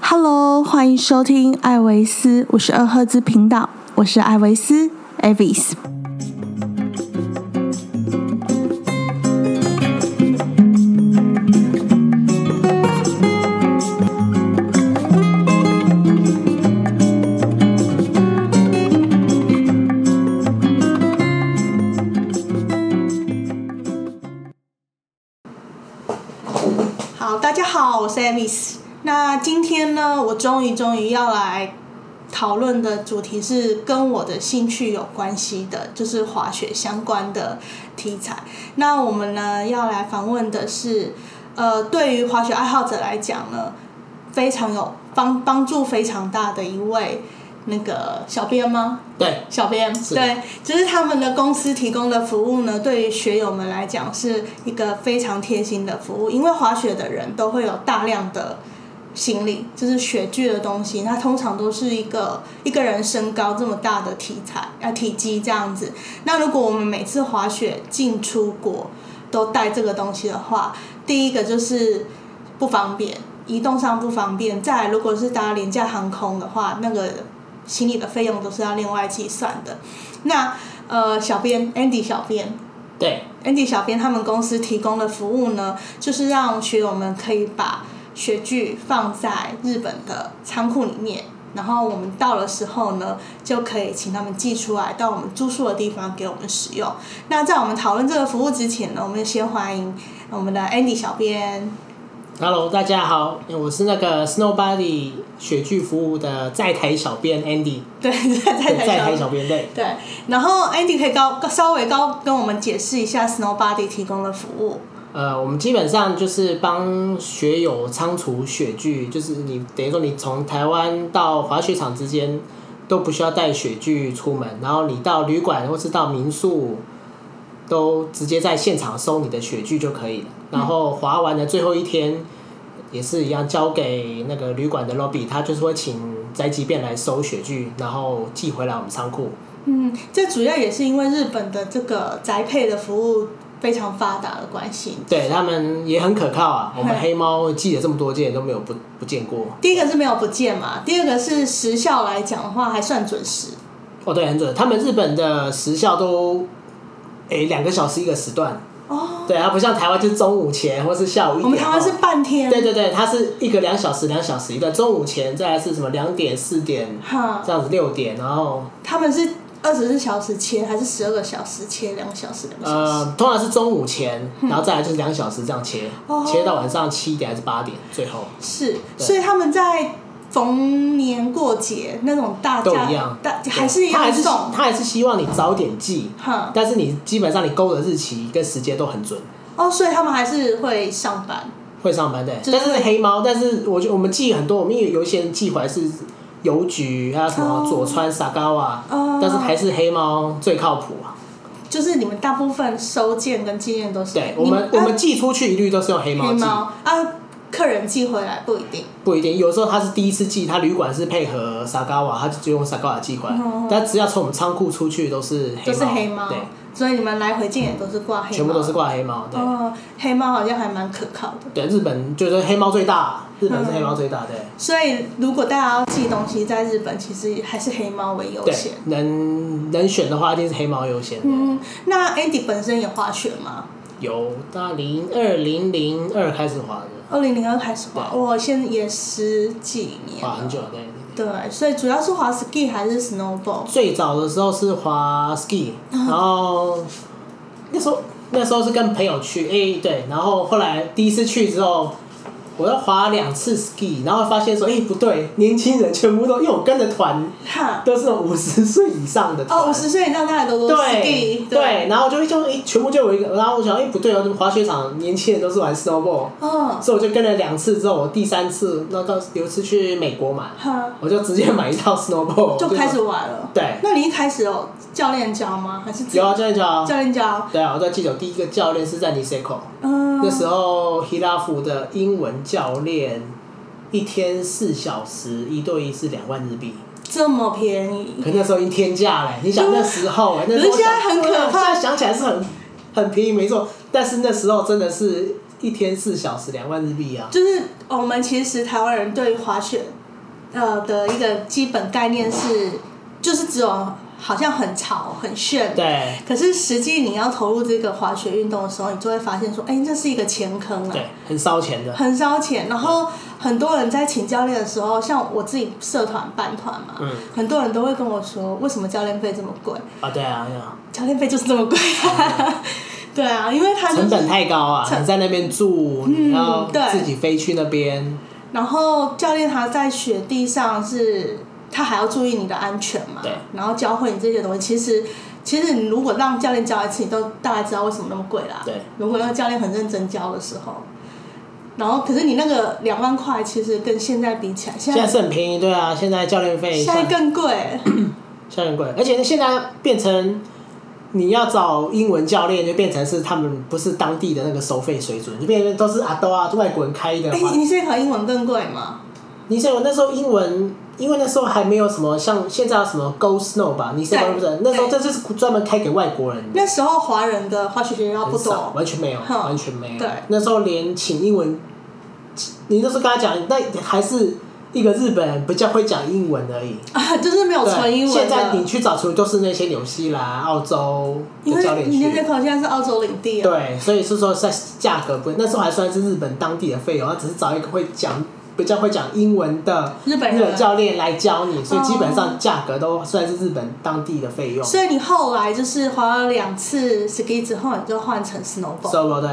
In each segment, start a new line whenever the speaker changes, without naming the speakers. Hello，欢迎收听艾维斯五十二赫兹频道，我是艾维斯 Avis。好，大家好，我是 Avis。那今天呢，我终于终于要来讨论的主题是跟我的兴趣有关系的，就是滑雪相关的题材。那我们呢要来访问的是，呃，对于滑雪爱好者来讲呢，非常有帮帮助非常大的一位那个小编吗？
对，
小编
是
对，就是他们的公司提供的服务呢，对于学友们来讲是一个非常贴心的服务，因为滑雪的人都会有大量的行李，就是雪具的东西，它通常都是一个一个人身高这么大的体材啊体积这样子。那如果我们每次滑雪进出国都带这个东西的话，第一个就是不方便，移动上不方便；再来如果是搭廉价航空的话，那个行李的费用都是要另外计算的。那呃，小编 Andy 小编
对，
Andy 小编他们公司提供的服务呢，就是让学友们可以把雪具放在日本的仓库里面，然后我们到的时候呢，就可以请他们寄出来到我们住宿的地方给我们使用。那在我们讨论这个服务之前呢，我们先欢迎我们的 Andy 小编。
Hello，大家好，我是那个 Snowbody 雪具服务的在台小编 Andy，
对，在在
对
台
在
小
台
编
小编对，
对，然后 Andy 可以高稍微高跟我们解释一下 Snowbody 提供的服务。
呃，我们基本上就是帮雪友仓储雪具，就是你等于说你从台湾到滑雪场之间都不需要带雪具出门，然后你到旅馆或是到民宿。都直接在现场收你的雪具就可以了。然后滑完的最后一天，也是一样交给那个旅馆的 lobby，他就是会请宅急便来收雪具，然后寄回来我们仓库。
嗯，这主要也是因为日本的这个宅配的服务非常发达的关系。
对他们也很可靠啊，我们
嗯
黑猫寄了这么多件都没有不不见过。
第一个是没有不见嘛，第二个是时效来讲的话还算准时。
哦，对，很准。他们日本的时效都，诶，两个小时一个时段。
哦，
对，它不像台湾就是中午前或是下午一点
我
后。
们台湾是半天。
对对对，它是一个两小时，两小时一段。中午前再来是什么两点、四点
哈，
这样子六点，然后
他们是二十四小时切还是十二个小时切？两个小时，两个小时。
呃，通常是中午前，然后再来就是两小时这样切，
嗯哦
切到晚上七点还是八点，最后
是，
对
所以他们在逢年过节那种大
都
假
一样，
大还是一
他还
样
是
送。
他还是希望你早点寄，
哈，
但是你基本上你勾的日期跟时间都很准，
哦，所以他们还是会上班。
会上班的。
就是
但是黑猫，但是我觉得我们寄很多，我们也有一些人寄回来是邮局，啊还有什么
哦
佐川、萨高啊，
哦
但是还是黑猫最靠谱啊。
就是你们大部分收件跟寄件都是
对
你
我们，我们
啊
寄出去一律都是用黑猫
黑
寄，
猫啊，客人寄回来不一定。
不一定，有时候他是第一次寄，他旅馆是配合萨嘎瓦，他就用萨嘎瓦寄回来。
哦
但只要从我们仓库出去都是黑猫，
都是黑猫
对，，
所以你们来回进也都是挂黑猫，
全部都是挂黑猫。对、
哦，黑猫好像还蛮可靠的。
对，日本就是黑猫最大，日本是黑猫最大，对、
所以如果大家要寄东西，在日本其实还是黑猫为优
对
先。，
能能选的话一定是黑猫优先。
嗯，那 Andy 本身也滑雪吗？
有到零二零零二开始滑的，
二零零二开始滑，我现在也十几年
滑
了
很。久，对。
对，所以主要是滑 ski 还是 snowboard？
最早的时候是滑 ski，然
嗯
后那时候那时候是跟朋友去，诶，对，然后后来第一次去之后，我要滑两次 ski，然后发现说，诶，不对，年轻人全部都，因为我跟的团
哈，
都是五十岁以上的团。
哦，五十岁以上大家都都 ski，
对对，然后就就诶，全部就有一个，然后我想，诶，不对哦，怎么滑雪场年轻人都是玩 snowboard，
嗯，
所以我就跟了两次之后，我第三次那到有一次去美国嘛，
哈，
我就直接买一套 snowboard，
就
我
开始玩了。
对，
那你一开始有教练教吗？还是自己
有啊，教练教，
教练教？
对啊，我在记得我第一个教练是在 Niseko，、
嗯，
那时候希拉夫的英文教练，一天四小时，一对一是两万日币，
这么便宜，
可那时候已经天价嘞。你想那时候、欸，那时候
可是现在
想
很可怕
对啊现在想起来是很很便宜，没错，但是那时候真的是一天四小时两万日币啊。
就是我们其实台湾人对于滑雪呃的一个基本概念是，就是只有好像很潮很炫，
对
可是实际你要投入这个滑雪运动的时候，你就会发现说，哎、这是一个钱坑啊，
对，很烧钱的，
很烧钱。然后很多人在请教练的时候，像我自己社团办团嘛，
嗯
很多人都会跟我说，为什么教练费这么贵？
啊，对啊，对啊，
教练费就是这么贵、 啊，对啊，因为他就
成本
是，
太高啊，
成嗯
你在那边住，你要
对
自己飞去那边，
然后教练他在雪地上是，他还要注意你的安全嘛，
对，
然后教会你这些东西，其实。其实你如果让教练教一次，你都大概知道为什么那么贵啦。
对，
如果让教练很认真教的时候，然后可是你那个两万块，其实跟现在比起来，现
现在
在
是很便宜，对啊，现在教练费
现在
像
更贵。
教练贵，而且现在变成你要找英文教练，就变成是他们不是当地的那个收费水准，就变成都是阿都啊外国人开的
哎、
话。嗯
你现在考英文更贵吗？
你是我那时候英文，因为那时候还没有什么像现在有什么 Go Snow 吧，你是
对
不是？那时候
对
这就是专门开给外国人的。
那时候华人的滑雪学校啊不
很少，
多，
完全没有，
哼
完全没有。
对
那时候连请英文，你那时候跟他讲，那还是一个日本人比较会讲英文而已。
啊， 就是没有
对，
纯英文的。
现在你去找球都是那些纽西兰、澳洲
因
的教
为
练
你那些
去。
考现在是澳洲领地啊，
对，所以是说在价格不，那时候还算是日本当地的费用，他只是找一个会讲比较会讲英文的
日本
日
人
本。教练来教你，所以基本
哦
上价格都算是日本当地的费用。
所以你后来就是滑了两次 ski 之后，你就换成 snowboard，
so 对。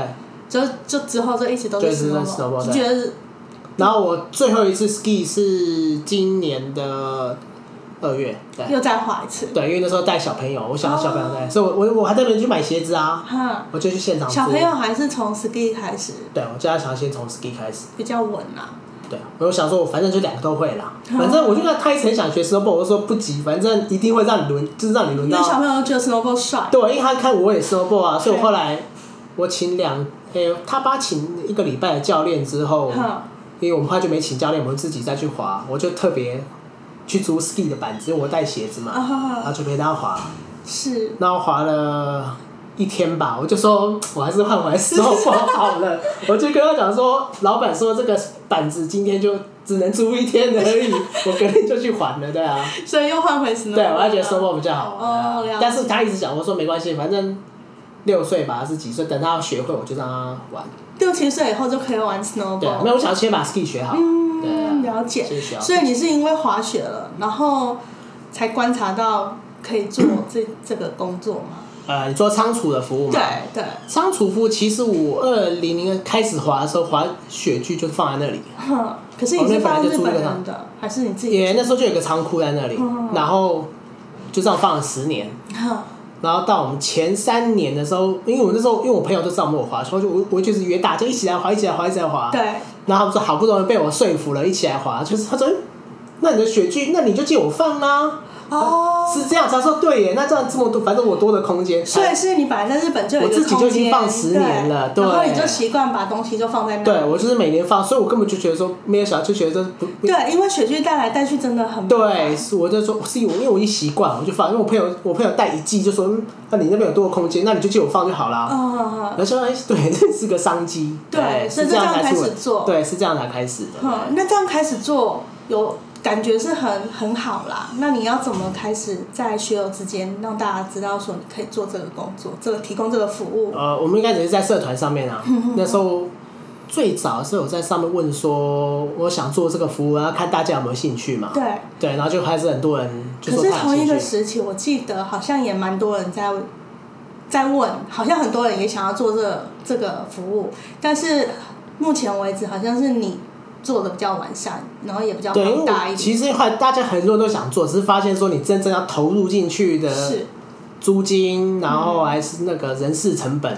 就就之后就一直都
就是是
snowboard，
snowboard，
就觉得
然后我最后一次 ski 是今年的二月，对
又再滑一次。
对，因为那时候带小朋友，我想
哦
要小朋友带，所以我我我还带别人去买鞋子啊，
哈，
我就去现场租
小朋友还是从 ski 开始
对，我叫他想要先从 ski 开始，
比较稳啊啦、
对，我就想说，我反正就两个都会啦，
哦
反正我就跟他一直很想学 snowboard，我就说不急，反正一定会让你轮，就是让你轮
因为小
到，
朋友觉得 snowboard 帅，
对，因为他看我也 snowboard 啊，所以我 后来我请两，诶、他爸请一个礼拜的教练之后，
哈，
因为我们后来就没请教练，我们自己再去滑，我就特别去租 ski 的板子，因为我带鞋子嘛，
啊哈哈
然后就陪他滑，
是
然后滑了一天吧，我就说我还是换回来 snowboard 好了，我就跟他讲说，老板说这个板子今天就只能租一天而 已，我隔天就去还了，对啊，
所以又换回 snowboard。
对，啊我还觉得 snowboard 比较好玩、啊
啊哦了解
但是他一直讲，我说没关系，反正六岁吧还是几岁，等他学会我就让他玩，
六七岁以后就可以玩 snowboard。
对，啊没有，我想先把 ski 学好，对啊、
哦嗯，了解。
先学好。
所以你是因为滑雪了，然后才观察到可以 做这这个工作吗？
呃，你做仓储的服务嘛？
对。对，
仓储服务其实我二零零开始滑的时候，滑雪具就放在那里，
哼。可
哦
是你是放日本人的，还是你自己？
也那时候就有个仓库在那里
嗯，
然后就这样放了十年。
哼，
然后到我们前三年的时候，因为我那时候因为我朋友都知道我们有滑，所以我就我我就是约大家一起来滑，一起来滑，一起来滑。
对，
然后他们说好不容易被我说服了，一起来滑，就是他说，欸那你的雪具，那你就借我放啦、
哦，
啊是这样。他说对耶，那这样这么多，反正我多的空间。哎
所以是你本来在日本就有一
我
个
自己
空
就已
间，
经放十年了对
然后你就习惯把东西就放在那，
对，我就是每年放，所以我根本就觉得说没有小，就觉得这不
对，因为雪具带来带去真的很麻
对，
烦，
是我就说，是因为我因为我一习惯，我就放，因为我朋友我朋友带一季就说，嗯那你那边有多的空间，那你就借我放就好啦。
嗯嗯
然后说，哎，对， 这是个商机，
对所以
是
就这样
样才
开
是
始
我
做
对，是这样才开始的。
嗯，那这样开始做有感觉是很很好啦。那你要怎么开始在学友之间让大家知道说你可以做这个工作，这个提供这个服务？
呃，我们一开始是在社团上面 啊，那时候最早是有在上面问说，我想做这个服务，然后看大家有没有兴趣嘛。
对，
对，然后就开始很多人就
可
说
是
他
同
有
一个
兴趣。
时期，我记得好像也蛮多人在在问，好像很多人也想要做这这个服务，但是目前为止好像是你做的比较完善，然后也比较
对，因为
庞大
我
一点。
其实后来大家很多人都想做，只是发现说你真正要投入进去的
是，
租金，然
嗯
后还是那个人事成本。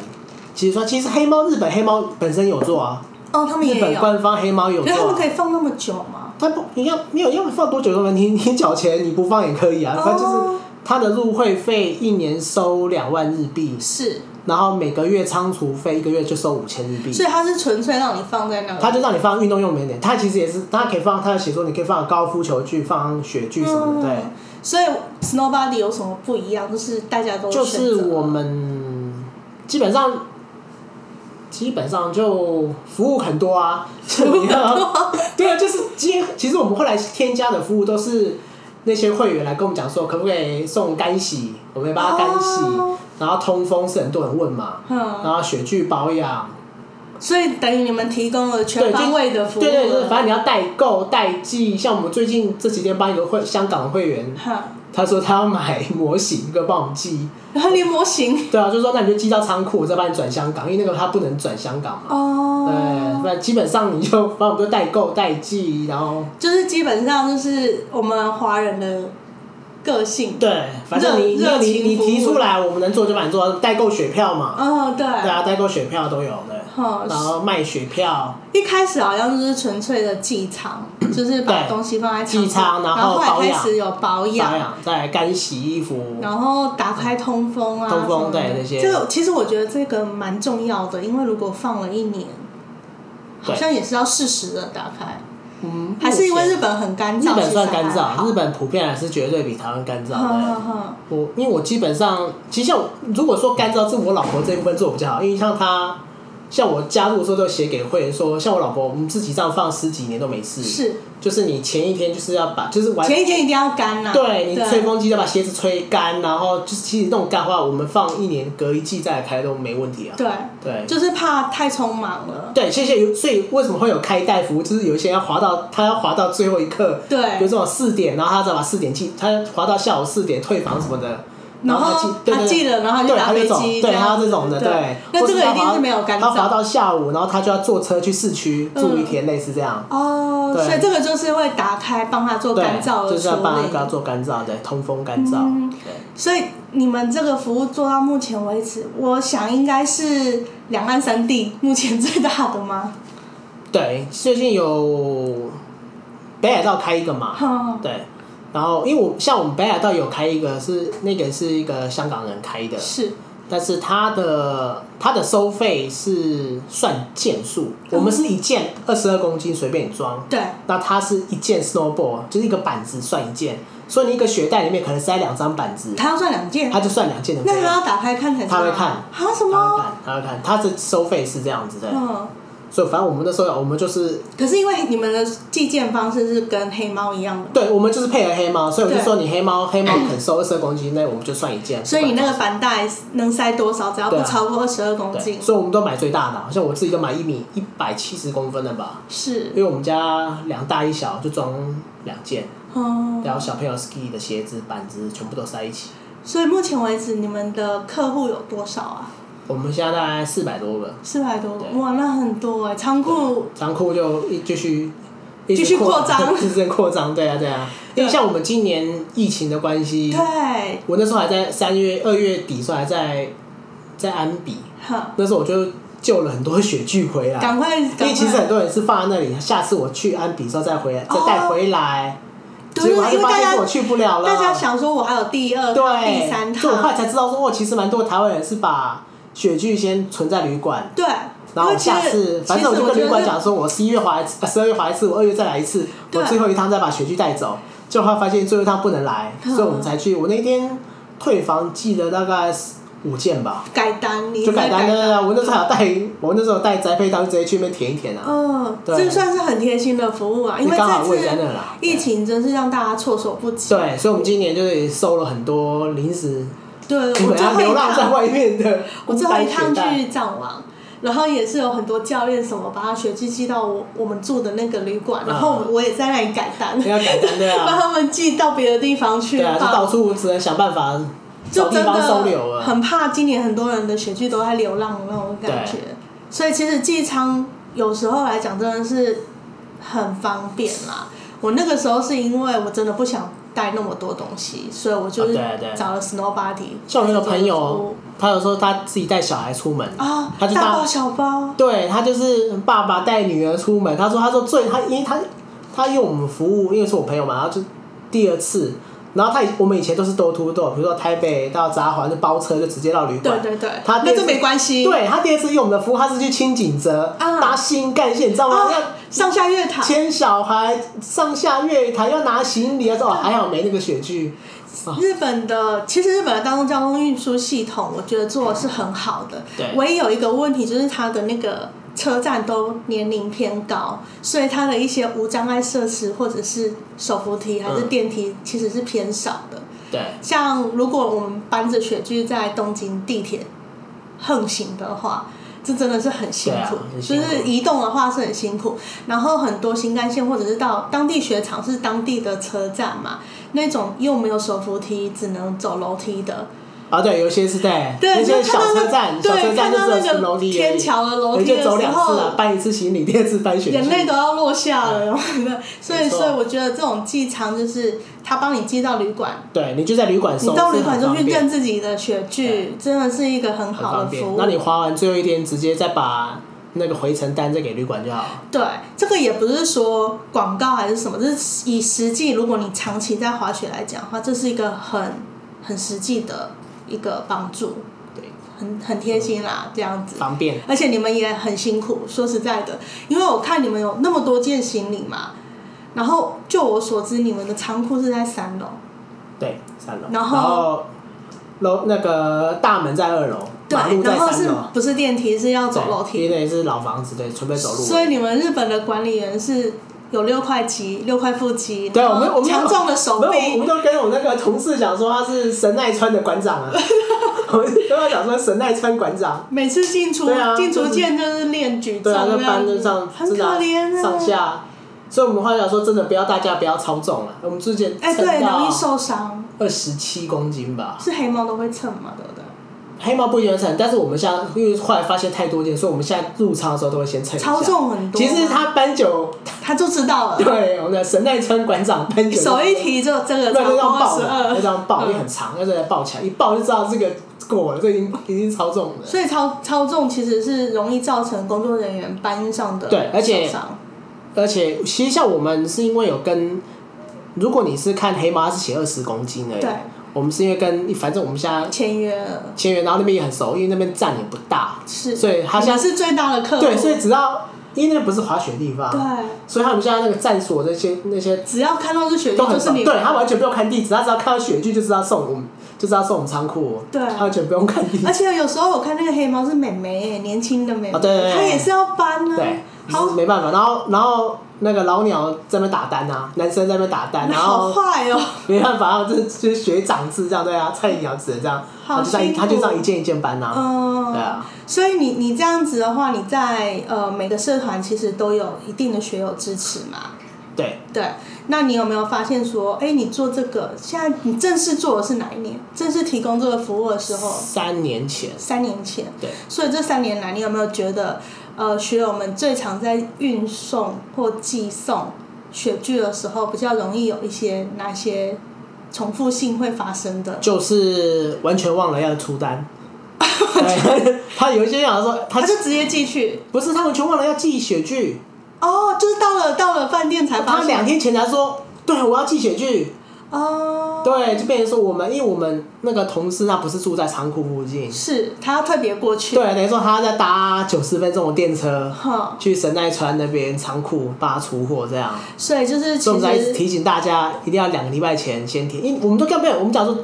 其实说，其实黑猫日本黑猫本身有做啊，
哦，他们
日
也
本
有，
官方黑猫有
可是他
做、
们
啊
可。以放那么久吗？
它不，你要没有要放多久都没，你你缴钱你不放也可以啊。它就是
哦，
它的入会费一年收两万日币，
是，
然后每个月仓储费一个月就收五千日币。
所以他是纯粹让你放在那里。
嗯它就让你放运动用品点，它其实也是，它可以放，它有写说你可以放高尔夫球具、放雪具什么的，对。
嗯所以 Snowbody 有什么不一样？就是大家都
就是
选择
我们基本上基本上就服务很多 啊， 服务对啊，就是接，其实我们后来添加的服务都是那些会员来跟我们讲说，可不可以送干洗，我们帮他干洗，
哦
然后通风是很多人问嘛，
嗯，
然后雪具保养，
所以等于你们提供了全
对就
方位的服务
对对对，
了。
反正你要代购代寄，像我们最近这几天帮一个会香港的会员，
哈，
他说他要买模型，跟帮我们寄，
然后连模型
对啊，就说那你就寄到仓库，我再帮你转香港，因为那个他不能转香港嘛。对，
哦，
不然基本上你就帮我们就代购代寄，然后
就是基本上就是我们华人的个性。
对，反正你
热
那你
情
你
服务
提出来，我们能做就帮你做，代购雪票嘛，
哦，对，
对啊，代购雪票都有的，
哦
然后卖雪票、
一开始好像就是纯粹的寄仓，就是把
对
东西放在
寄仓
然
然后
后后
保
来开
养
始有保
保
养，
养、再干洗衣服，
然后打开通风啊什么
嗯通
的，
风对那些
这个其实我觉得这个蛮重要的，因为如果放了一年，好
对
像也是要适时的打开，
嗯，
还是因为
目前
日本很干燥，
日
其
本算
实还
干
好哦
燥，日本普遍还是绝对比台湾干燥
哼
的
哼。哼
我因为我基本上，其实像我如果说干燥是我老婆这一部分做比较好，因为像她，像我加入的时候都写给会员说，像我老婆，我们自己这样放十几年都没事，
是
就是你前一天就是要把就是嗯完，
前一天一定要干呐、
对你吹风机要把鞋子吹干，然后就是其实那种干话，我们放一年隔一季再来开都没问题啊。
对，
对，
就是怕太匆忙了，
对，谢谢有。所以为什么会有开袋服务？就是有一些人要滑到他要滑到最后一刻，
对
比如说四点，然后他再把四点寄，他滑到下午四点退房什么的，
然
后他
后
寄，对
他
对
寄了，然后
对，
打
他
飞
这种，
机，
对，他
样
这种的，
对
对。
那
或
这
是
个
他
一定
滑
是没有干
他滑
燥嗯
到下午，然后他就要坐车去市区住一天，类似这样。
哦，
对
所以这个就是会打开帮他做
对
干燥，的
就是要帮
处
他
理。嗯
做干燥，对，通风干燥。对
所以你们这个服务做到目前为止，我想应该是两岸三地目前最大的吗？
对，最近有北海道开一个嘛，
哼
对，然后因为我像我们北海道有开一个是那个是一个香港人开的，
是
但是他的他的收费是算件数，我
嗯
们是一件二十二公斤随便你装，
对，
那它是一件 snowboard，就是一个板子算一件，所以你一个雪袋里面可能塞两张板子，
他要算两件，
他就算两件的费
那
用。
他要打开看才知道。
他会看
啊什
他会
么？
看，他会看，他的收费是这样子的，
嗯。
所以反正我们那时候我们就是，
可是因为你们的寄件方式是跟黑猫一样的，
对我们就是配合黑猫，所以我就
对
说你黑 猫黑猫肯收二十二公斤，那我们就算一件，
所以你
不管
那个板带能塞多少，只要不
对啊
超过二十二公斤
对，，所以我们都买最大的，好像我自己都买一米一百七十公分的吧，
是
因，为我们家两大一小就装两件，
嗯，
然后小朋友 ski 的鞋子、板子全部都塞一起。
所以目前为止你们的客户有多少啊？
我们现在大概四百多个，
四百多个，
对
哇，那很多哎、仓库
仓库就一继续一直
继续扩 张
一直在扩张，对啊对啊，因为像我们今年疫情的关系，
对，
我那时候还在三月二月底的时候还在在安比，
哈，
那时候我就救了很多雪具回来，
赶快，
因
赶
为其实
快，
很多人是放在那里，下次我去安比之后再回来，再带回来。
哦对
结果他就
因为
发
大家
现我去不了了。
大家想说我还有第二趟、
对，
第三
所以我后来
趟，
才知道说，哦，其实蛮多台湾人是把雪具先存在旅馆，
对，
然后
因为其
下次
实
反正
其
我
实
就
我
跟
觉
旅馆
得
讲说，我十一月滑一次，呃十二月滑一次，我二月再来一次，
对
我最后一趟再把雪具带走。结果后来发现最后一趟不能来，
嗯
所以我们才去。我那天退房寄了大概五件吧，
改单，你
就
在
改单了。我那时候还有带，我那时候带宅配刀直接去那边填一填啊。
嗯，
对
这算是很贴心的服务啊，因为
刚好
这
我也在那
次
啦。
疫情真是让大家措手不及。
对，所以我们今年就是收了很多零食，
对，我
基本
最
上
后
流
一
浪在
趟，
外面的
我
孤
最后
单
一
雪
趟
袋。
去藏王，然后也是有很多教练什么把他学籍寄到我我们住的那个旅馆，然后我也在那里改单，
要改单对
把
嗯啊，
他们寄到别的地方去
对啊，就到
放。
处只能想办法找
就
地
真
方收留
的
了。
很怕今年很多人的雪具都在流浪的那种感觉，所以其实寄仓有时候来讲真的是很方便啦。我那个时候是因为我真的不想带那么多东西，所以我就是
啊对对
找了 Snow Body。
像我那个朋友，他有时候他自己带小孩出门，
啊，
他就
大包
搭，
小包，
对他就是爸爸带女儿出门。他说，他说最他因为他他用我们服务，因为是我朋友嘛，然后就第二次。然后他以我们以前都是 door to door，比如说台北到札幌就包车就直接到旅
对
馆，
对对，
他
那
第
这
二次
没关系，
对哦他第二次用我们的服务，他是去清景泽、
啊
搭新干线，你知道吗？
啊，
要
上下月台，
牵小孩上下月台，要拿行李啊，这哦还好没那个雪具，
日本的其实日本的大众交通运输系统，我觉得做的是很好的。
对
唯一有一个问题就是它的那个车站都年龄偏高，所以它的一些无障碍设施或者是手扶梯还是
嗯
电梯其实是偏少的。
对，
像如果我们搬着雪具在东京地铁横行的话，这真的是很辛苦，
对啊
就
很辛苦
是移动的话是很辛苦。然后很多新干线或者是到当地雪场是当地的车站嘛，那种又没有手扶梯，只能走楼梯的。
啊对，有些是对，
对，
那
就
些
看
小
到那
车
个
站，小车
对，看
站就
到
只有
那
是
个
楼梯而已，
天桥的楼
人
梯
就
的时
走两次了，
候，
搬一次行李，第二次搬雪
眼泪
具。嗯
都要落下了，有没有 所以，
没错
所以我觉得这种寄仓就是他帮你寄到旅馆，
对，你就在旅馆
你
送，
到旅馆
是
就
很
去
方便
认自己的雪具，真的是一个很
很
好的
方
服
便。
务
那。你花完最后一天，直接再把那个回程单再给旅馆就好了。
对，这个也不是说广告还是什么，这是以实际，如果你长期在滑雪来讲的话，这是一个很很实际的一个帮助，
对，
很很贴心
嗯
啦，这样子。
方便。
而且你们也很辛苦，说实在的，因为我看你们有那么多件行李嘛，然后就我所知，你们的仓库是在三楼，
对，三楼。
然后
后楼那个大门在二楼，马
对，
路在
然后
三
是
楼。
不是电梯是要走
对
楼梯的
因为是老房子，对，除非走路。
所以你们日本的管理员是有六块肌、六块腹肌，
对啊我们
然后
我们
强壮的手
没有，我
臂
们，就跟我那个同事讲说他是神奈川的 馆长啊，我们跟他讲说神奈川馆长，
每次进出
对啊
进出键就是练举重
对啊，
这
那
样
班
子，
就上
很
至少
可怜啊，
上下，所以我们后来讲说真的不要大家不要超重了，我们之前
哎，
称
对，
到
容易受伤，
二十七公斤吧，
是黑猫都会蹭嘛，对不对？
黑猫不一定会称，但是我们现在因为后来发现太多件，所以我们现在入仓的时候都会先称一下
超。重很多，啊
其实他搬久，
他就知道了，
对我们的神奈川馆长搬久，
手一提就这个超
那就这
过
样
二嗯
抱
啊十
的，就这
二，
样抱，因为很长，要这样抱起来，一抱就知道这个过了，这已经已经超重了。
所以超超重其实是容易造成工作人员搬运上的
对而且
受伤
而且其实像我们是因为有跟，如果你是看黑猫，它是写二十公斤而已。
对
我们是因为跟，反正我们现在
签约了
签约，然后那边也很熟，因为那边站也不大，
是，
所以他
你
现
们
在
是最大的客户，
对，所以只要因为那不是滑雪地方，
对。
所以他们现在那个站所那些那些
只要看到是雪地
都
就
很
是
熟，
你们，
对他完全不用看地址，他只要看到雪具就知道送我们，就知道送我们仓库，哦
对
他完全不用看地址
而，且有时候我看那个黑猫是美眉，年轻的美眉，
哦对对对
她也是要搬呢、
对，
哎好
就是没办法。然后然后那个老鸟在那边打单啊，男生在那边打单，然
好
后
坏 哦、
没办法，然后这就是学长制这样对啊，菜鸟制这样，
好
他就这样
辛苦
他就这样一件一件搬啊，对
嗯，
啊，
所以你你这样子的话，你在呃每个社团其实都有一定的学友支持嘛。
对，
对，那你有没有发现说，哎、你做这个，现在你正式做的是哪一年？正式提供这个服务的时候，
三年前，
三年前。
对，
所以这三年来，你有没有觉得，呃，学友们最常在运送或寄送雪具的时候，比较容易有一些哪些重复性会发生的？
就是完全忘了要 出单，对他有一些想说他
他就直接寄去，
不是他完全忘了要寄雪具，
哦，就是到了到了饭店才发
他两
现，
天前才说对我要寄雪具，
哦，
对，就变成说我们因为我们那个同事他不是住在仓库附近，
是他要特别过去，
对，等于说他在搭九十分钟的电车
哼，
去神奈川那边仓库帮他出货，这样。
所以就是
所以
其
我们才一直
实
提醒大家，一定要两个礼拜前先填，因为我们都根本我们讲说，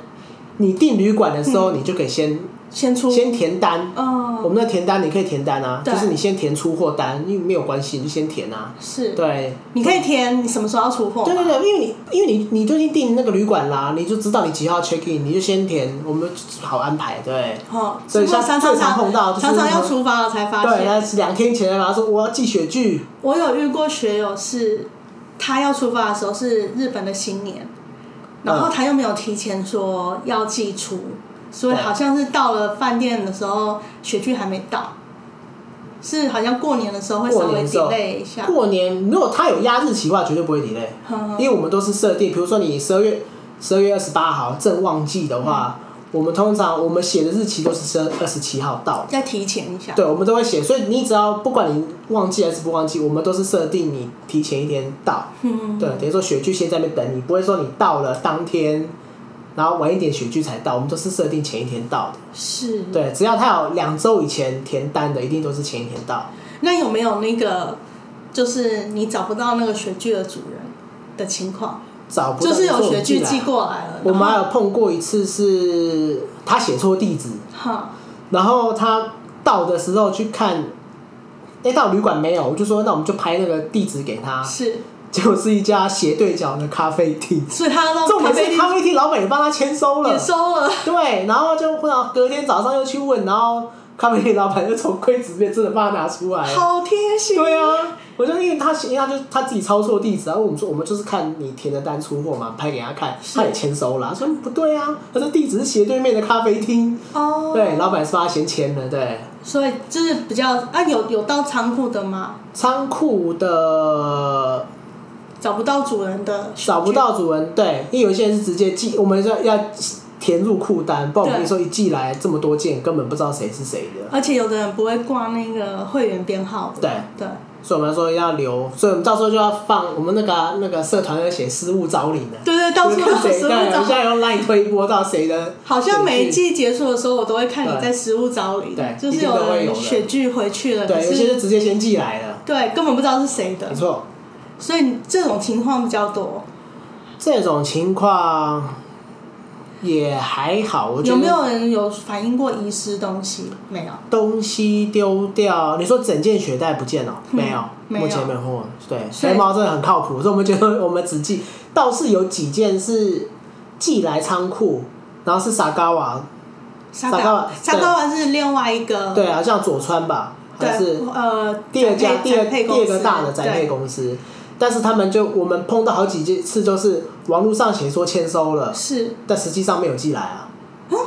你订旅馆的时
嗯
候，你就可以先、
先出，
先填单。我
哦，
们的填单你可以填单啊，
对
就是你先填出货单，因为没有关系，你就先填啊。
是，
对，
你可以填你什么时候要出货，
对对对，因为你因为你你就已经订那个旅馆啦，你就知道你几号 check in，你就先填，我们就好安排。对，
哦，
所以
不过
像
常常
最常碰到就是
常常要出发了才发
对，
现，
那是两天前他说我要寄雪具，
我有遇过学友是，他要出发的时候是日本的新年，然后他又没有提前说要寄出，所以
对
好像是到了饭店的时候，雪具还没到，是好像过年的时候会稍
哦过
微
年的时候
delay 一下。
过年如果他有压日期的话，绝对不会 delay。
嗯
因为我们都是设定，比如说你十二月十二月二十八号正旺季的
嗯
话，我们通常我们写的日期都是十二十七号到，
再提前一下，
对，我们都会写，所以你只要不管你旺季还是不旺季，我们都是设定你提前一天到，
嗯，
对，等于说雪具先在那边等你，不会说你到了当天。然后晚一点雪具才到，我们都是设定前一天到的。
是。
对，只要他有两周以前填单的，一定都是前一天到。
那有没有那个，就是你找不到那个雪具的主人的情况？
找啊不到，
就是有学
据
具寄。过来了。
我们还
然后
有碰过一次是他写错地址，
哈，
然后他到的时候去看，哎，到旅馆没有，我就说那我们就拍那个地址给他，
是，
结果是一家斜对角的咖啡厅，
所以他让
重
咖
点
啡
是咖
厅
啡厅老板也帮他签收了
也，收了，
对，然后就然后隔天早上又去问，然后咖啡店老板就从柜子里面真的帮他拿出来。
好贴心。
啊对啊，我就因为他因为他就他自己抄错地址，然后啊我们说我们就是看你填的单出货嘛，拍给他看，他也签收了，他说不对啊，他说地址是斜对面的咖啡厅，
哦，
对，老板是帮他先签的，对。
所以就是比较啊，有有到仓库的吗？
仓库的
找不到主人的，
找不。到主人，对，因为有些人是直接寄，我们要要填入库单，不然我跟你说一寄来这么多件，根本不知道谁是谁的。
而且有的人不会挂那个会员编号的，
对
对，
所以我们说要留，所以我们到时候就要放我们那个啊、那个社团要写失物招领的，
对对，到处
就
都
看
有
谁
食物
对，我们现
找。
在用 line 推播到谁的，
好像每一季结束的时候，我都会看你
对
在食物找里
对，
就是
一定都会有
人
的
雪具回去了，可
对，有些
是
是直接先寄来了，
对根本不知道是谁的
没，错，
所以这种情况比较多。
这种情况也还好，我觉
有
得
没有人有反映过遗失东西？没有，
东西丢掉，你说整件雪带不见了、没有，
嗯没有
目前没有碰过。对，
所以
黑猫真的很靠谱，所以我们觉得我们只寄，倒是有几件是寄来仓库，然后是傻嘎瓦，
沙
沙
嘎
嘎瓦
沙嘎瓦是另外一个，
对啊，像佐川吧，
对
还是
呃，
第二家
宅
第二
宅配
第
公
二
司
个大的宅配
对
公司，但是他们就我们碰到好几件次，就是网络上写说签收了，
是
但实际上没有寄来啊。
哦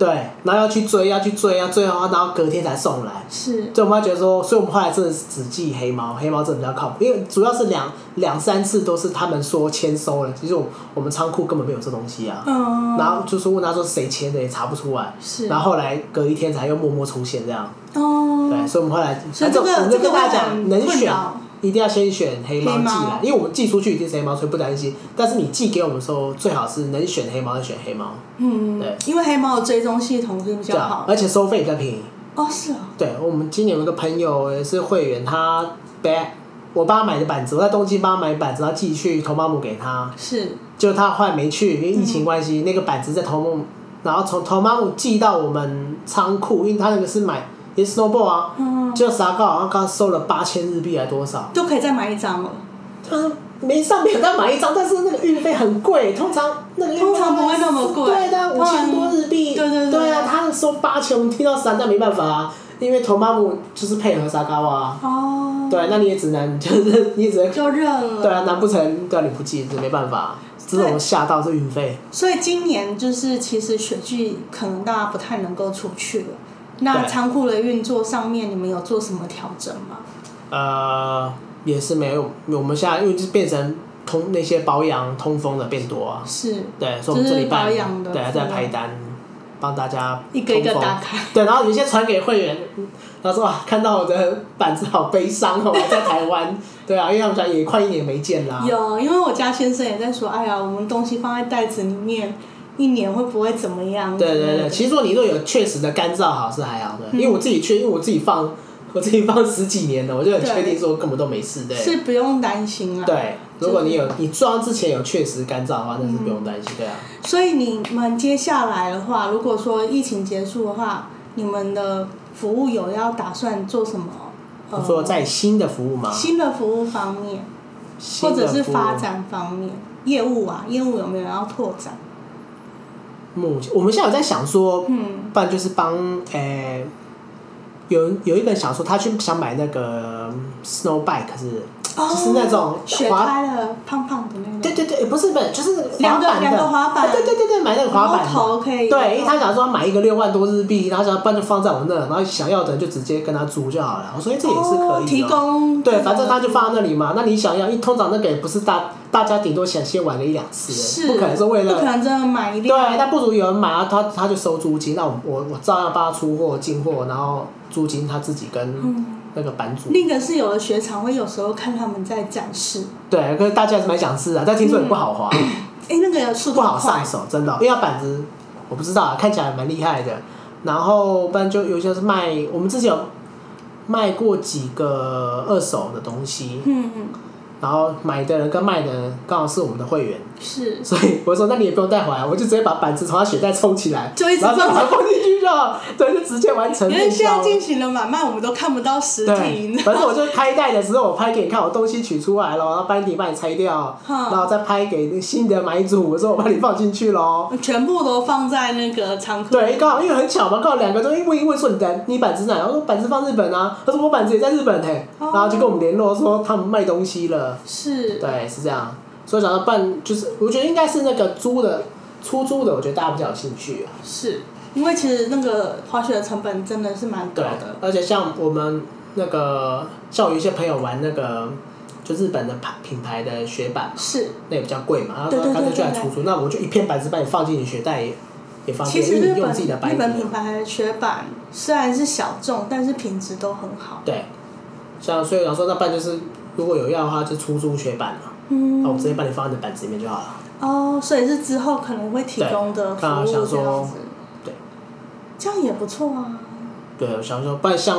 对，然后要去追，要去追，要最后，然后隔天才送来。
是
所以我们会觉得说，所以我们后来真的是只寄黑猫，黑猫真的比较靠谱，因为主要是两两三次都是他们说签收了，其实我我们仓库根本没有这东西啊。
嗯，
然后就是问他说谁签的也查不出来，
是
然后后来隔一天才又默默出现这样，
哦，
对，所以我们后来，
所以
反
这
正
个
我们就
这个
跟大家
会
讲，
很
能
困
选
扰
一定要先选黑猫
黑
寄
猫
来，因为我们寄出去一定是黑猫，所以不担心。但是你寄给我们的时候，最好是能选黑猫就选黑猫，
嗯
对，
因为黑猫的追踪系统是比
这
较
样，
好的
而且收费比较便宜。
哦，是哦，
对我们今年有一个朋友也是会员，他被我帮他买的板子，我在东京帮他买板子，然后寄去头马姆给他，
是
就他后来没去，因为疫情关
嗯
系，那个板子在头姆，然后从头马姆寄到我们仓库，因为他那个是买也是 snowball 啊，
嗯，
就傻告，然后刚收了八千日币还多少，
都可以再买一张了，
他说没上没有再买一张，但是那个运费很贵，通常那个运费
通常不会那么贵
对的，五
通常
千多日币，
对对对
对，啊，他收八千，我们听到三，但没办法啊，因为头妈姆就是配合沙高啊，
哦，
对，那你也只能就是你也只能
就认了，
对啊，难不成对啊你不寄，这没办法，这种吓到这运费，
所以今年就是其实雪具可能大家不太能够出去了。那
对
仓库的运作上面，你们有做什么调整吗？
呃，也是没有，我们现在因为就是变成通那些保养通风的变多啊，
是
对，所以我们这礼拜
就是保养的
对啊
部分
在排单，帮大家
一个一个
通风
打开。
对，然后有些传给会员，他说啊，看到我的板子好悲伤哦，我还在台湾，对啊，因为他们讲也快一年没见啦，
有，因为我家先生也在说，哎呀，我们东西放在袋子里面一年会不会怎么样？
对对对，其实说你若有确实的干燥好是还好的，因为我
嗯
自己确，因为我自己放，我自己放十几年了，我就很确定说根本都没事，对
是不用担心啦。，啊
对。
就是
如果你有你装之前有确实干燥的话，那是不用担心，对啊。
所以你们接下来的话，如果说疫情结束的话，你们的服务有要打算做什么？呃
我说在新的服务吗？
嗯新的服务方面，或
新
者
的
是
服务
发展方面，业务啊，业务有没有要拓展？
目前我们现在有在想说，
嗯，
不然就是帮诶、呃有有一个人想说他去想买那个嗯 snow bike 是，就是那种
雪嗯
滑，
哦开了胖胖的那
对
种，
对对，不是不是，就是
两个
滑板的
两个滑板
啊对对对对，买那个滑板
然后头
的，
可以
对，因为他想说买一个六万多日币，然后想要不然就放在我那，然后想要的人就直接跟他租就好了。我说哎、这也是可以、的。
哦提供
对，反正他就放在那里嘛。那你想要，因为通常那个也不是大大家顶多想先玩个一两次，
是
不可能是为了
不可能真的买一辆
对，啊那不如有人买啊，他他就收租金，那我我我照样帮他出货进货，然后租金他自己跟那个版主。
另一个是有的雪场会有时候看他们在展示，
对，可是大家还是蛮想试啊，但听说也不好滑，
哎、那个速
嗯不
度
好
很快
上，手，真的，因为它板子我不知道啊，看起来蛮厉害的。然后不然就有些是卖，我们之前有卖过几个二手的东西，
嗯嗯，
然后买的人跟卖的人刚好是我们的会员，
是
所以我说那你也不用带回来，我就直接把板子从他血袋抽起来，
就一直
然后再
放
把它放进去就好， 对，就直接完成
因
目
为现在
标。
进行了买卖，我们都看不到实体，你
对，
知
反
道
正我
吗
就拍带的时候，我拍给你看，我东西取出来了，然后班底把你拆掉，
嗯
然后再拍给新的买主，我说我把你放进 去喽。
全部都放在那个仓库。
对，刚好因为很巧嘛，刚好两个都问一问说你的你板子哪？然后说板子放日本啊，他说我板子也在日本嘿、
哦
然后就跟我们联络说他们卖东西了，
是，
对，是这样。所以想到办就是，我觉得应该是那个租的出租的，我觉得大家比较有兴趣、啊。
是因为其实那个滑雪的成本真的是蛮高
对
的，，
而且像我们那个像我有一些朋友玩那个就日本的牌品牌的雪板，
是。
那也比较贵嘛，然后
对对对
干脆就来
对
出
对
租，那我就一片板子把你放进你鞋带也也方
其
便，
实
因为
日
你用
本
自己的啊板
日
子
本
嘛。
品牌的雪板虽然是小众，但是品质都很好。
对，像所以讲说，那办就是如果有要的话，就出租雪板嘛，那、我
嗯，
直接把你放在你的板子里面就好了。
哦，所以是之后可能会提供的服
对那
务
想
这
说
样子，
对，
这样也不错啊。
对，我想说，不然像，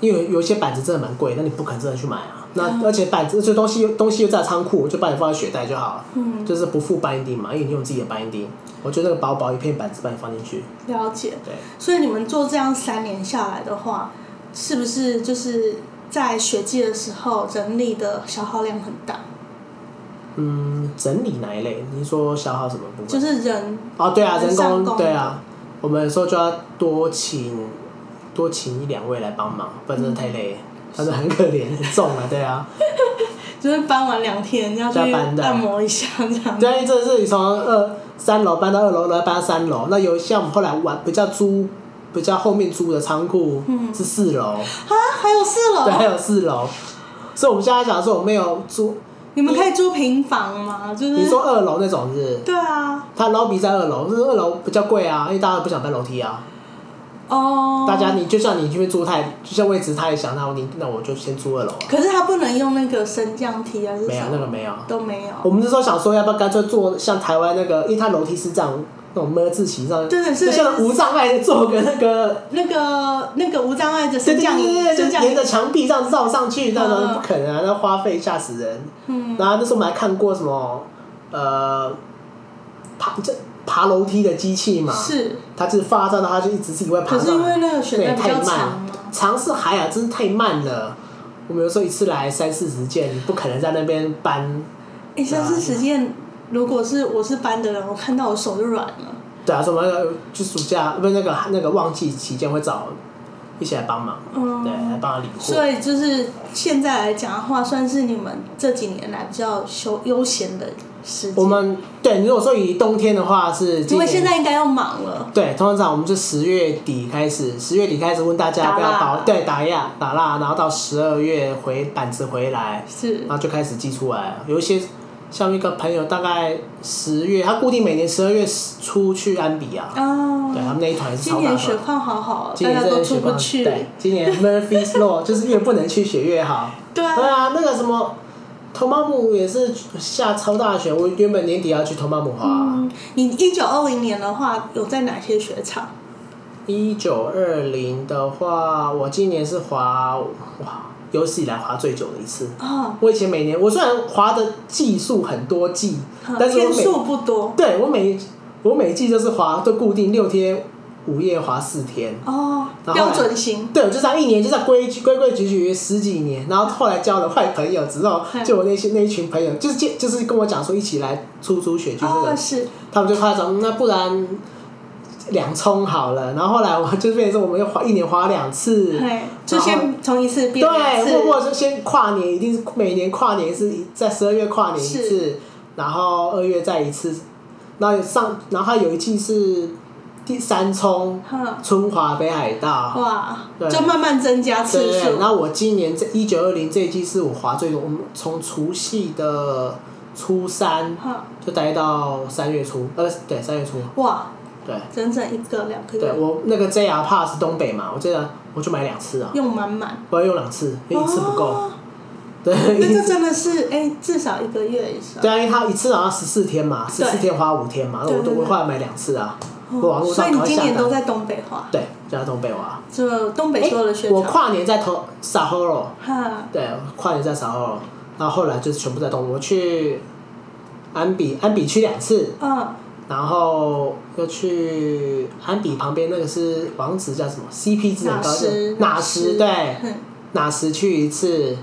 因为有一些板子真的蛮贵，那你不可能真的去买啊。那
嗯
而且板子这东西东西又在仓库，我就把你放在雪袋就好了，
嗯，
就是不附搬钉嘛，因为你用自己的搬钉，我就那个薄薄一片板子把你放进去。
了解。
对，
所以你们做这样三年下来的话，是不是就是在雪季的时候人力的消耗量很大？
嗯，整理哪一类？你说消耗什么部分？
就是人
哦，对啊，人
人上
工
工
对啊，我们有时候就要多请多请一两位来帮忙，不然真的
嗯
太累了，他们很可怜，很重啊，对啊，
就是搬完两天要去
加班的
按摩一下这样
对。啊，因为这是你从二三楼搬到二楼，然后搬到三楼，那有一些我们后来玩比较租比较后面租的仓库
嗯
是四楼，
啊，还有四
对，还
楼，
有四楼，所以我们现在想说我没有租，
你们可以租平房吗？就是
你说二楼那种是不是？
对啊，
他 lobby 在二楼，就是二楼比较贵啊，因为大家不想搬楼梯啊。
哦，
大家，你就像你去租太，就像位置他也想，那我你那我就先租二楼啊。
可是他不能用那个升降梯还是
没有
什
那
么，
个没有，
都没有。
我们那时候想说要不要干脆做像台湾那个，因为它楼梯是这样那种么字形上，
对对是
就像无障碍做个那个，
那个那个无障碍的
对
升
对
降
对
椅，升
对，就
降
沿
椅
着墙壁这样绕上去，那
嗯
种
嗯
不可能啊，那花费吓死人。
嗯，
然后那时候我们还看过什么呃爬这爬楼梯的机器嘛，
是，
它就是发站的，它就一直自己会爬
可是
上
因为
来，
那个雪
对，
带比
太
较
慢
长
了
嘛，，
长是还好，真是太慢了。我们有时候一次来三四十件，你不可能在那边搬
哎、三四十件，如果是我是班的人，我看到我手就软了。
对啊，什么呃就暑假不是那个那个旺季期间会找一起来帮忙，对，来
嗯，
帮他理货。
所以就是现在来讲的话，算是你们这几年来比较休悠闲的时
我
间。
们对，如果说以冬天的话是
因
今
为
年，
现在应该要忙了，
对，通常我们就十月底开始，十月底开始问大家要不要
打蜡
保对打蜡打蜡，然后到十二月回板子回来，
是
然后就开始寄出来了。有一些像一个朋友，大概十月，他固定每年十二月初去安比啊，对
啊。
他们那一团也是
今
超大
年雪
团。
况好好，
今
大
年
家
真
都
的
出
雪
不
棒
去。
对，今年 Murphy's Law 就是越不能去雪越好。
对
对
啊，
啊，那个什么，头马姆也是下超大雪。我原本年底要去头马姆滑，
嗯，你一九二零年的话，有在哪些雪场？
一九二零的话，我今年是滑哇有史以来滑最久的一次。
啊、
我以前每年，我虽然滑的技术很多季，但是我
天
每
数不多
对我每我每季就是滑都固定六天，午夜滑四天。
哦，
然后
标
来
准型
对，我就这样一年就这样规矩规规矩矩十几年，然后后来交了坏朋友之 后，
嗯
就我那些那一群朋友，就是见就是跟我讲说一起来出租雪具这
哦，
个，
是
他们就夸张，嗯那不然两冲好了。然后后来我就变成是我们又花一年花两次，
对，就
然后
先从一次变两
对，
次
默默就先跨年，一定是每年跨年是一在十二月跨年一次，然后二月再一次，然后上然后还有一季是第三冲
哼
春华北海道。
哇
对，
就慢慢增加嗯次
对，
数
然。后我今年这一九二零这一季是我滑最多，我们从除夕的初三
哈，
就待到三月初，呃，对，三月初，
哇，
对，
整整一个两个
对
月，
我那个 JR Pass 东北嘛，我记得我就买两次啊，
用满满，
我要用两次，因为一次不够，
哦。
对，
那
一
这
次
真的是哎，至少一个月以上。
对啊，因为它一次好像十四天嘛，十
对
四天花五天嘛，那我
对
都
对对
我后来买两次啊，
哦
我网络
所
上
以你
赶快
今
下
年都
单，
在东北滑，
对，就在东北滑，
就东北所有的雪
我
场。
跨年在头 Sahoro，
哈，
对，跨年在 Sahoro，然后后来就是全部在动物，我去安比安比去两次，
嗯，
然后又去安比旁边那个是王子叫什么 CP 值很高的
纳
纳
什
什，对，
嗯
纳什去一次，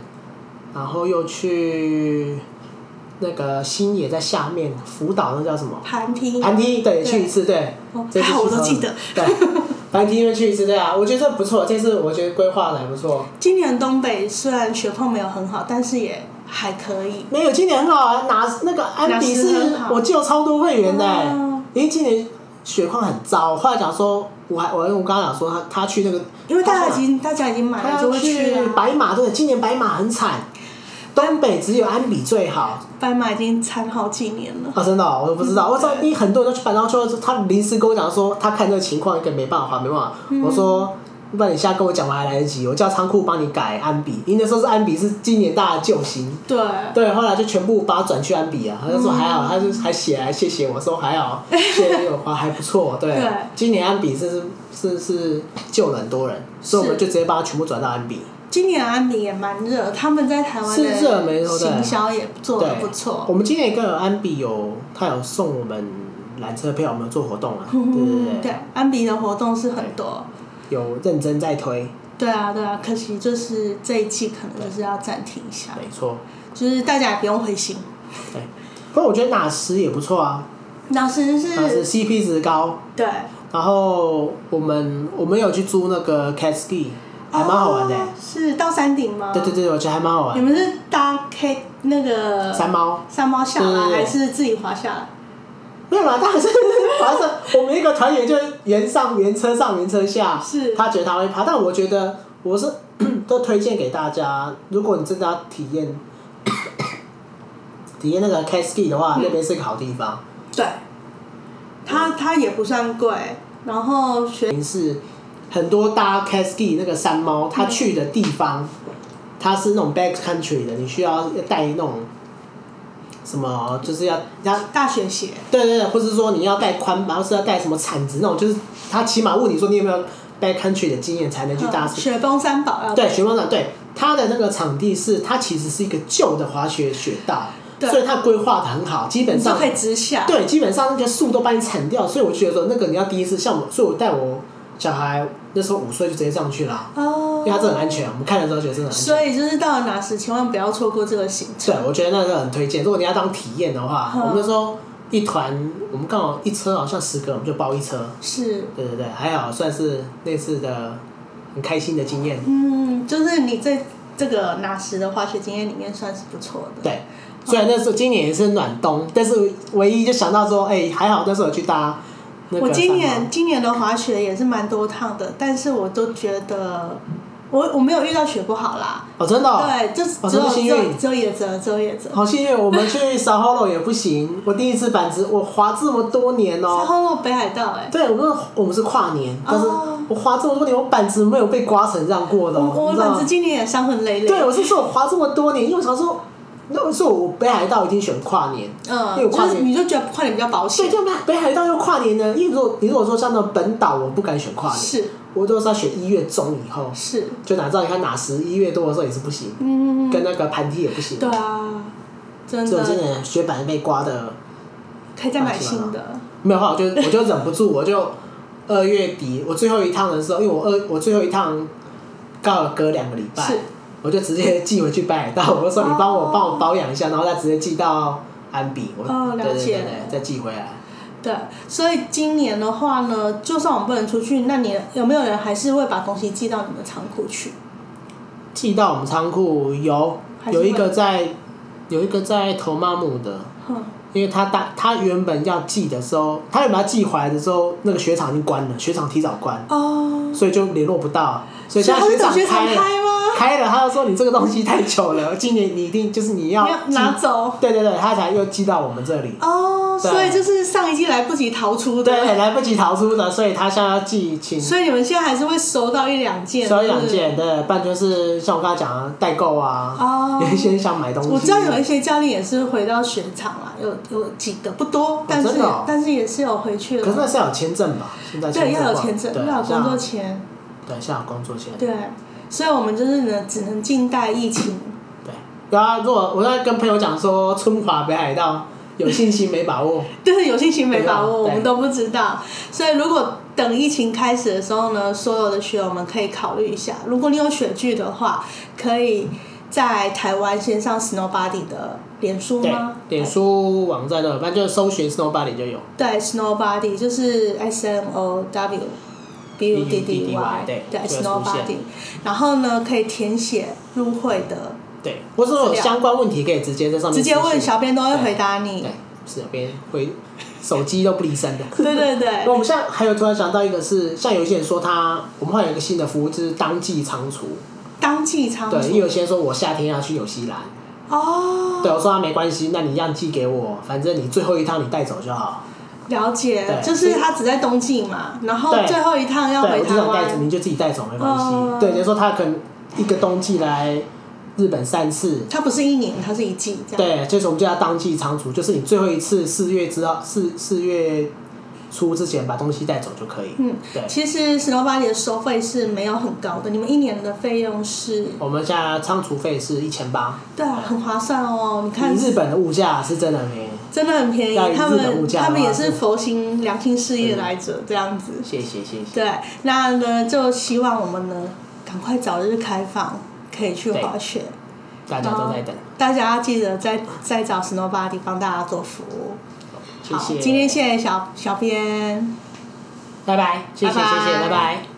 然后又去那个新野在下面福岛那叫什么
盘梯，
盘梯，对，
对
去一次，对
哦，
这次
还好
去
我都
超
记得，
对，盘梯又去一次，对啊，我觉得这不错，这次我觉得规划的还不错，
今年东北虽然雪况没有很好，但是也还可以。
没有今年很好啊，拿那个安迪
纳什
是
很好
我记得超多会员的、欸
哦，
因为今年雪况很糟，后来讲说。我还我我刚刚讲说他他去那个，
因为大家已
他去
经大家已经买
他
了，就
要
会去
去
啊。
白马，对，今年白马很惨，东北只有安比最好，
白马已经参好几年了，
啊，真的、哦，我都不 知道。我知道你很多人都去办，然后就他临时跟我讲说，他看这个情况，根本没办法，没办法。
嗯
我说，不然你现在跟我讲，我还来得及。我叫仓库帮你改安比，因为那时候是安比是今年大的 救星。
对，
对，后来就全部把他转去安比啊。他
嗯
就说还好，他就还写来谢谢我说 还好，谢谢有华还不错。对，
对
今年安比是是是救了很多人，所以我们就直接把他全部转到安比。
今年安迪也蛮热，他们在台湾的
是热没错对
行销也做的
对
不错。
我们今年跟安比有，他有送我们缆车票，我们有做活动啊，对对
嗯对，安迪的活动是很多。
有认真在推，
对啊，对啊，可惜就是这一季可能就是要暂停一下，
没错。
就是大家也不用灰心。
对，不过我觉得纳什也不错啊，
老师
纳什
是，
CP 值高。
对，
然后我们我们有去租那个 cat ski，还蛮好玩的、
哦是到山顶吗？
对对对，我觉得还蛮好
你
玩。
们是搭 K 那个
山猫
山猫下来，
对对对
还是自己滑下来？
没有啦，但是 反正我们一个团员就是沿上沿车上沿车下，
是
他觉得他会爬，但我觉得我是 都推荐给大家，如果你真的要体验 体验那个 cat ski 的话，
嗯
那边是个好地方。
对，它它也不算贵，然后学
是很多搭 c a s k i 那个山猫，它去的地方，它是那种 back country 的，你需要带那种什么，就是要要
大学鞋，
对对对，或是说你要带宽吧，或是要带什么铲子那种，就是他起码问你说你有没有 back country 的经验才能去搭
嗯。雪崩三宝要
对，雪峰场对它的那个场地是它其实是一个旧的滑雪雪道，
对
所以它规划的很好，基本
你就
上
可以直下。
对，基本上那个树都把你铲掉，所以我就觉得说那个你要第一次，像我，所以我带我小孩那时候五岁就直接上去啦，
哦
因，为它真的很安全。我们看的时候觉得真的很安全。
所以就是到了哪时，千万不要错过这个行程。
对，我觉得那个很推荐。如果你要当体验的话，
嗯
我们那时候一团，我们刚好一车好像十个，我们就包一车。
是，
对对对，还好算是那次的很开心的经验。
嗯，就是你这这个哪时的滑雪经验里面算是不错的。
对，虽然那时候今年也是暖冬，但是唯一就想到说，哎、还好那时候有去搭那个
我
山猫。
今年今年的滑雪也是蛮多趟的，但是我都觉得我我没有遇到雪不好啦。
哦，真的哦、
对，就
哦
只
这
有
么幸
只
运
有只有野泽，只有野泽。
好幸运，我们去 s a h o l o 也不
嗯
行。我第一次板子，我滑这么多年
然
哦、
后到北海道哎、
对，我们我们是跨年，但是
哦
我滑这么多年，我板子没有被刮成这样过的、哦。
我我
你知道
本
吗
子今年也伤痕累累。
对，我是说我滑这么多年，因为我常说，那我说我北海道一定选跨年，因为我
嗯，
跨
就是
年。
你就觉得跨年比较保
所以
险，
就北海道又跨年呢，因为如果你如果说像那种本岛，我不敢选跨年，
是
我都是要选一月中以后，
是，
就哪知道你看哪时一月多的时候也是不行，
嗯，
跟那个盘梯也不行。
对啊，真
所以我今
的
年雪板被刮的
可以再买新的，
没有话，我就我就忍不住，我就二月底我最后一趟的时候，因为我二我最后一趟刚好隔两个礼拜
是，
我就直接寄回去北海道，我就说你帮我
哦
帮我保养一下，然后再直接寄到安比，我
哦了
对对对
解
对，再寄回来。
对，所以今年的话呢，就算我们不能出去，那你有没有人还是会把东西寄到你们仓库去？
寄到我们仓库有
还是
有
会
一个在有一个在头妈木的，
哼，
因为他大他原本要寄的时候，他原本要寄回来的时候，那个雪场已经关了，雪场提早关，
哦，
所以就联络不到，所以现
所以
在
他
雪
是等
场
雪场
开
开
了。
吗？
开了，他就说你这个东西太久了，今年你一定就是你要
你要拿
寄
走
对对对，他才又寄到我们这里，
哦，
对
所以就是上一季来不及逃出的，
对，来不及逃出的，所以他现在要寄请
所以你们现在还是会收到一两件，
收一两
是
件，对，不然就是像我刚才讲的代购啊
哦，
有一些想买东西，啊
不是。我知道有一些教练也是回到雪场啦，有有几个不多，但是、
真的哦
但是也是有回去
可是
了。
那是要有签证吧？现在
对，
证
要有
吧
签证，
对，
要有工作
像
签，
对，现在有工作签，
对，所以我们就是呢，只能静待疫情
对，然后如果我在跟朋友讲说春华北海道有信心没把握，
就是有信心没把握，
对
我们都不知道。所以如果等疫情开始的时候呢，所有的雪友们可以考虑一下，如果你有雪具的话，可以在台湾先上 Snowbody 的脸书
对
吗？，
脸书网站都有，反正就搜寻 Snowbody 就有。
对，Snowbody 就是 S M O W B U D D Y，
对
对
就会出现
，Snowbody。然后呢，可以填写入会的，
对，或者有相关问题可以直接在上面
直接问
私讯
小编都会回答你
对。，是有边会手机都不离身的。
对对对
那，我们现在还有突然想到一个是，像有些人说他，我们会有一个新的服务，就是当季仓储。
当季仓
对，也
储
有些人说我夏天要去纽西兰，
哦，
对我说他啊没关系，那你一样寄给我，反正你最后一趟你带走就好。
了解，
对
就是他只在冬季嘛，然后
对
最后一趟要
对，
回
我就
台
想带，
湾，
你就自己带走没关系。
哦
对，就是说他可能一个冬季来日本三次，
它不是一年，它是一季这样。
对，就是我们叫它当季仓储，就是你最后一次四月之后四四月初之前把东西带走就可以。
嗯，
对，
其实 Snowbody 的收费是没有很高的，你们一年的费用是，
我们现在仓储费是一千八，
对啊，很划算哦。你看
以日本的物价是真的没。
真的很便
在
宜，
日
他
本物
们
价的话
他们也是佛心良心事业来着，这样子。
谢谢谢谢。
对，那呢就希望我们呢赶快早日开放，可以去滑雪。
大家都在等，
大家要记得再再找 Snowbody 帮大家做服务。
谢
好，
谢，
今天谢谢小小编。
拜拜，谢谢
拜拜
谢谢，拜拜。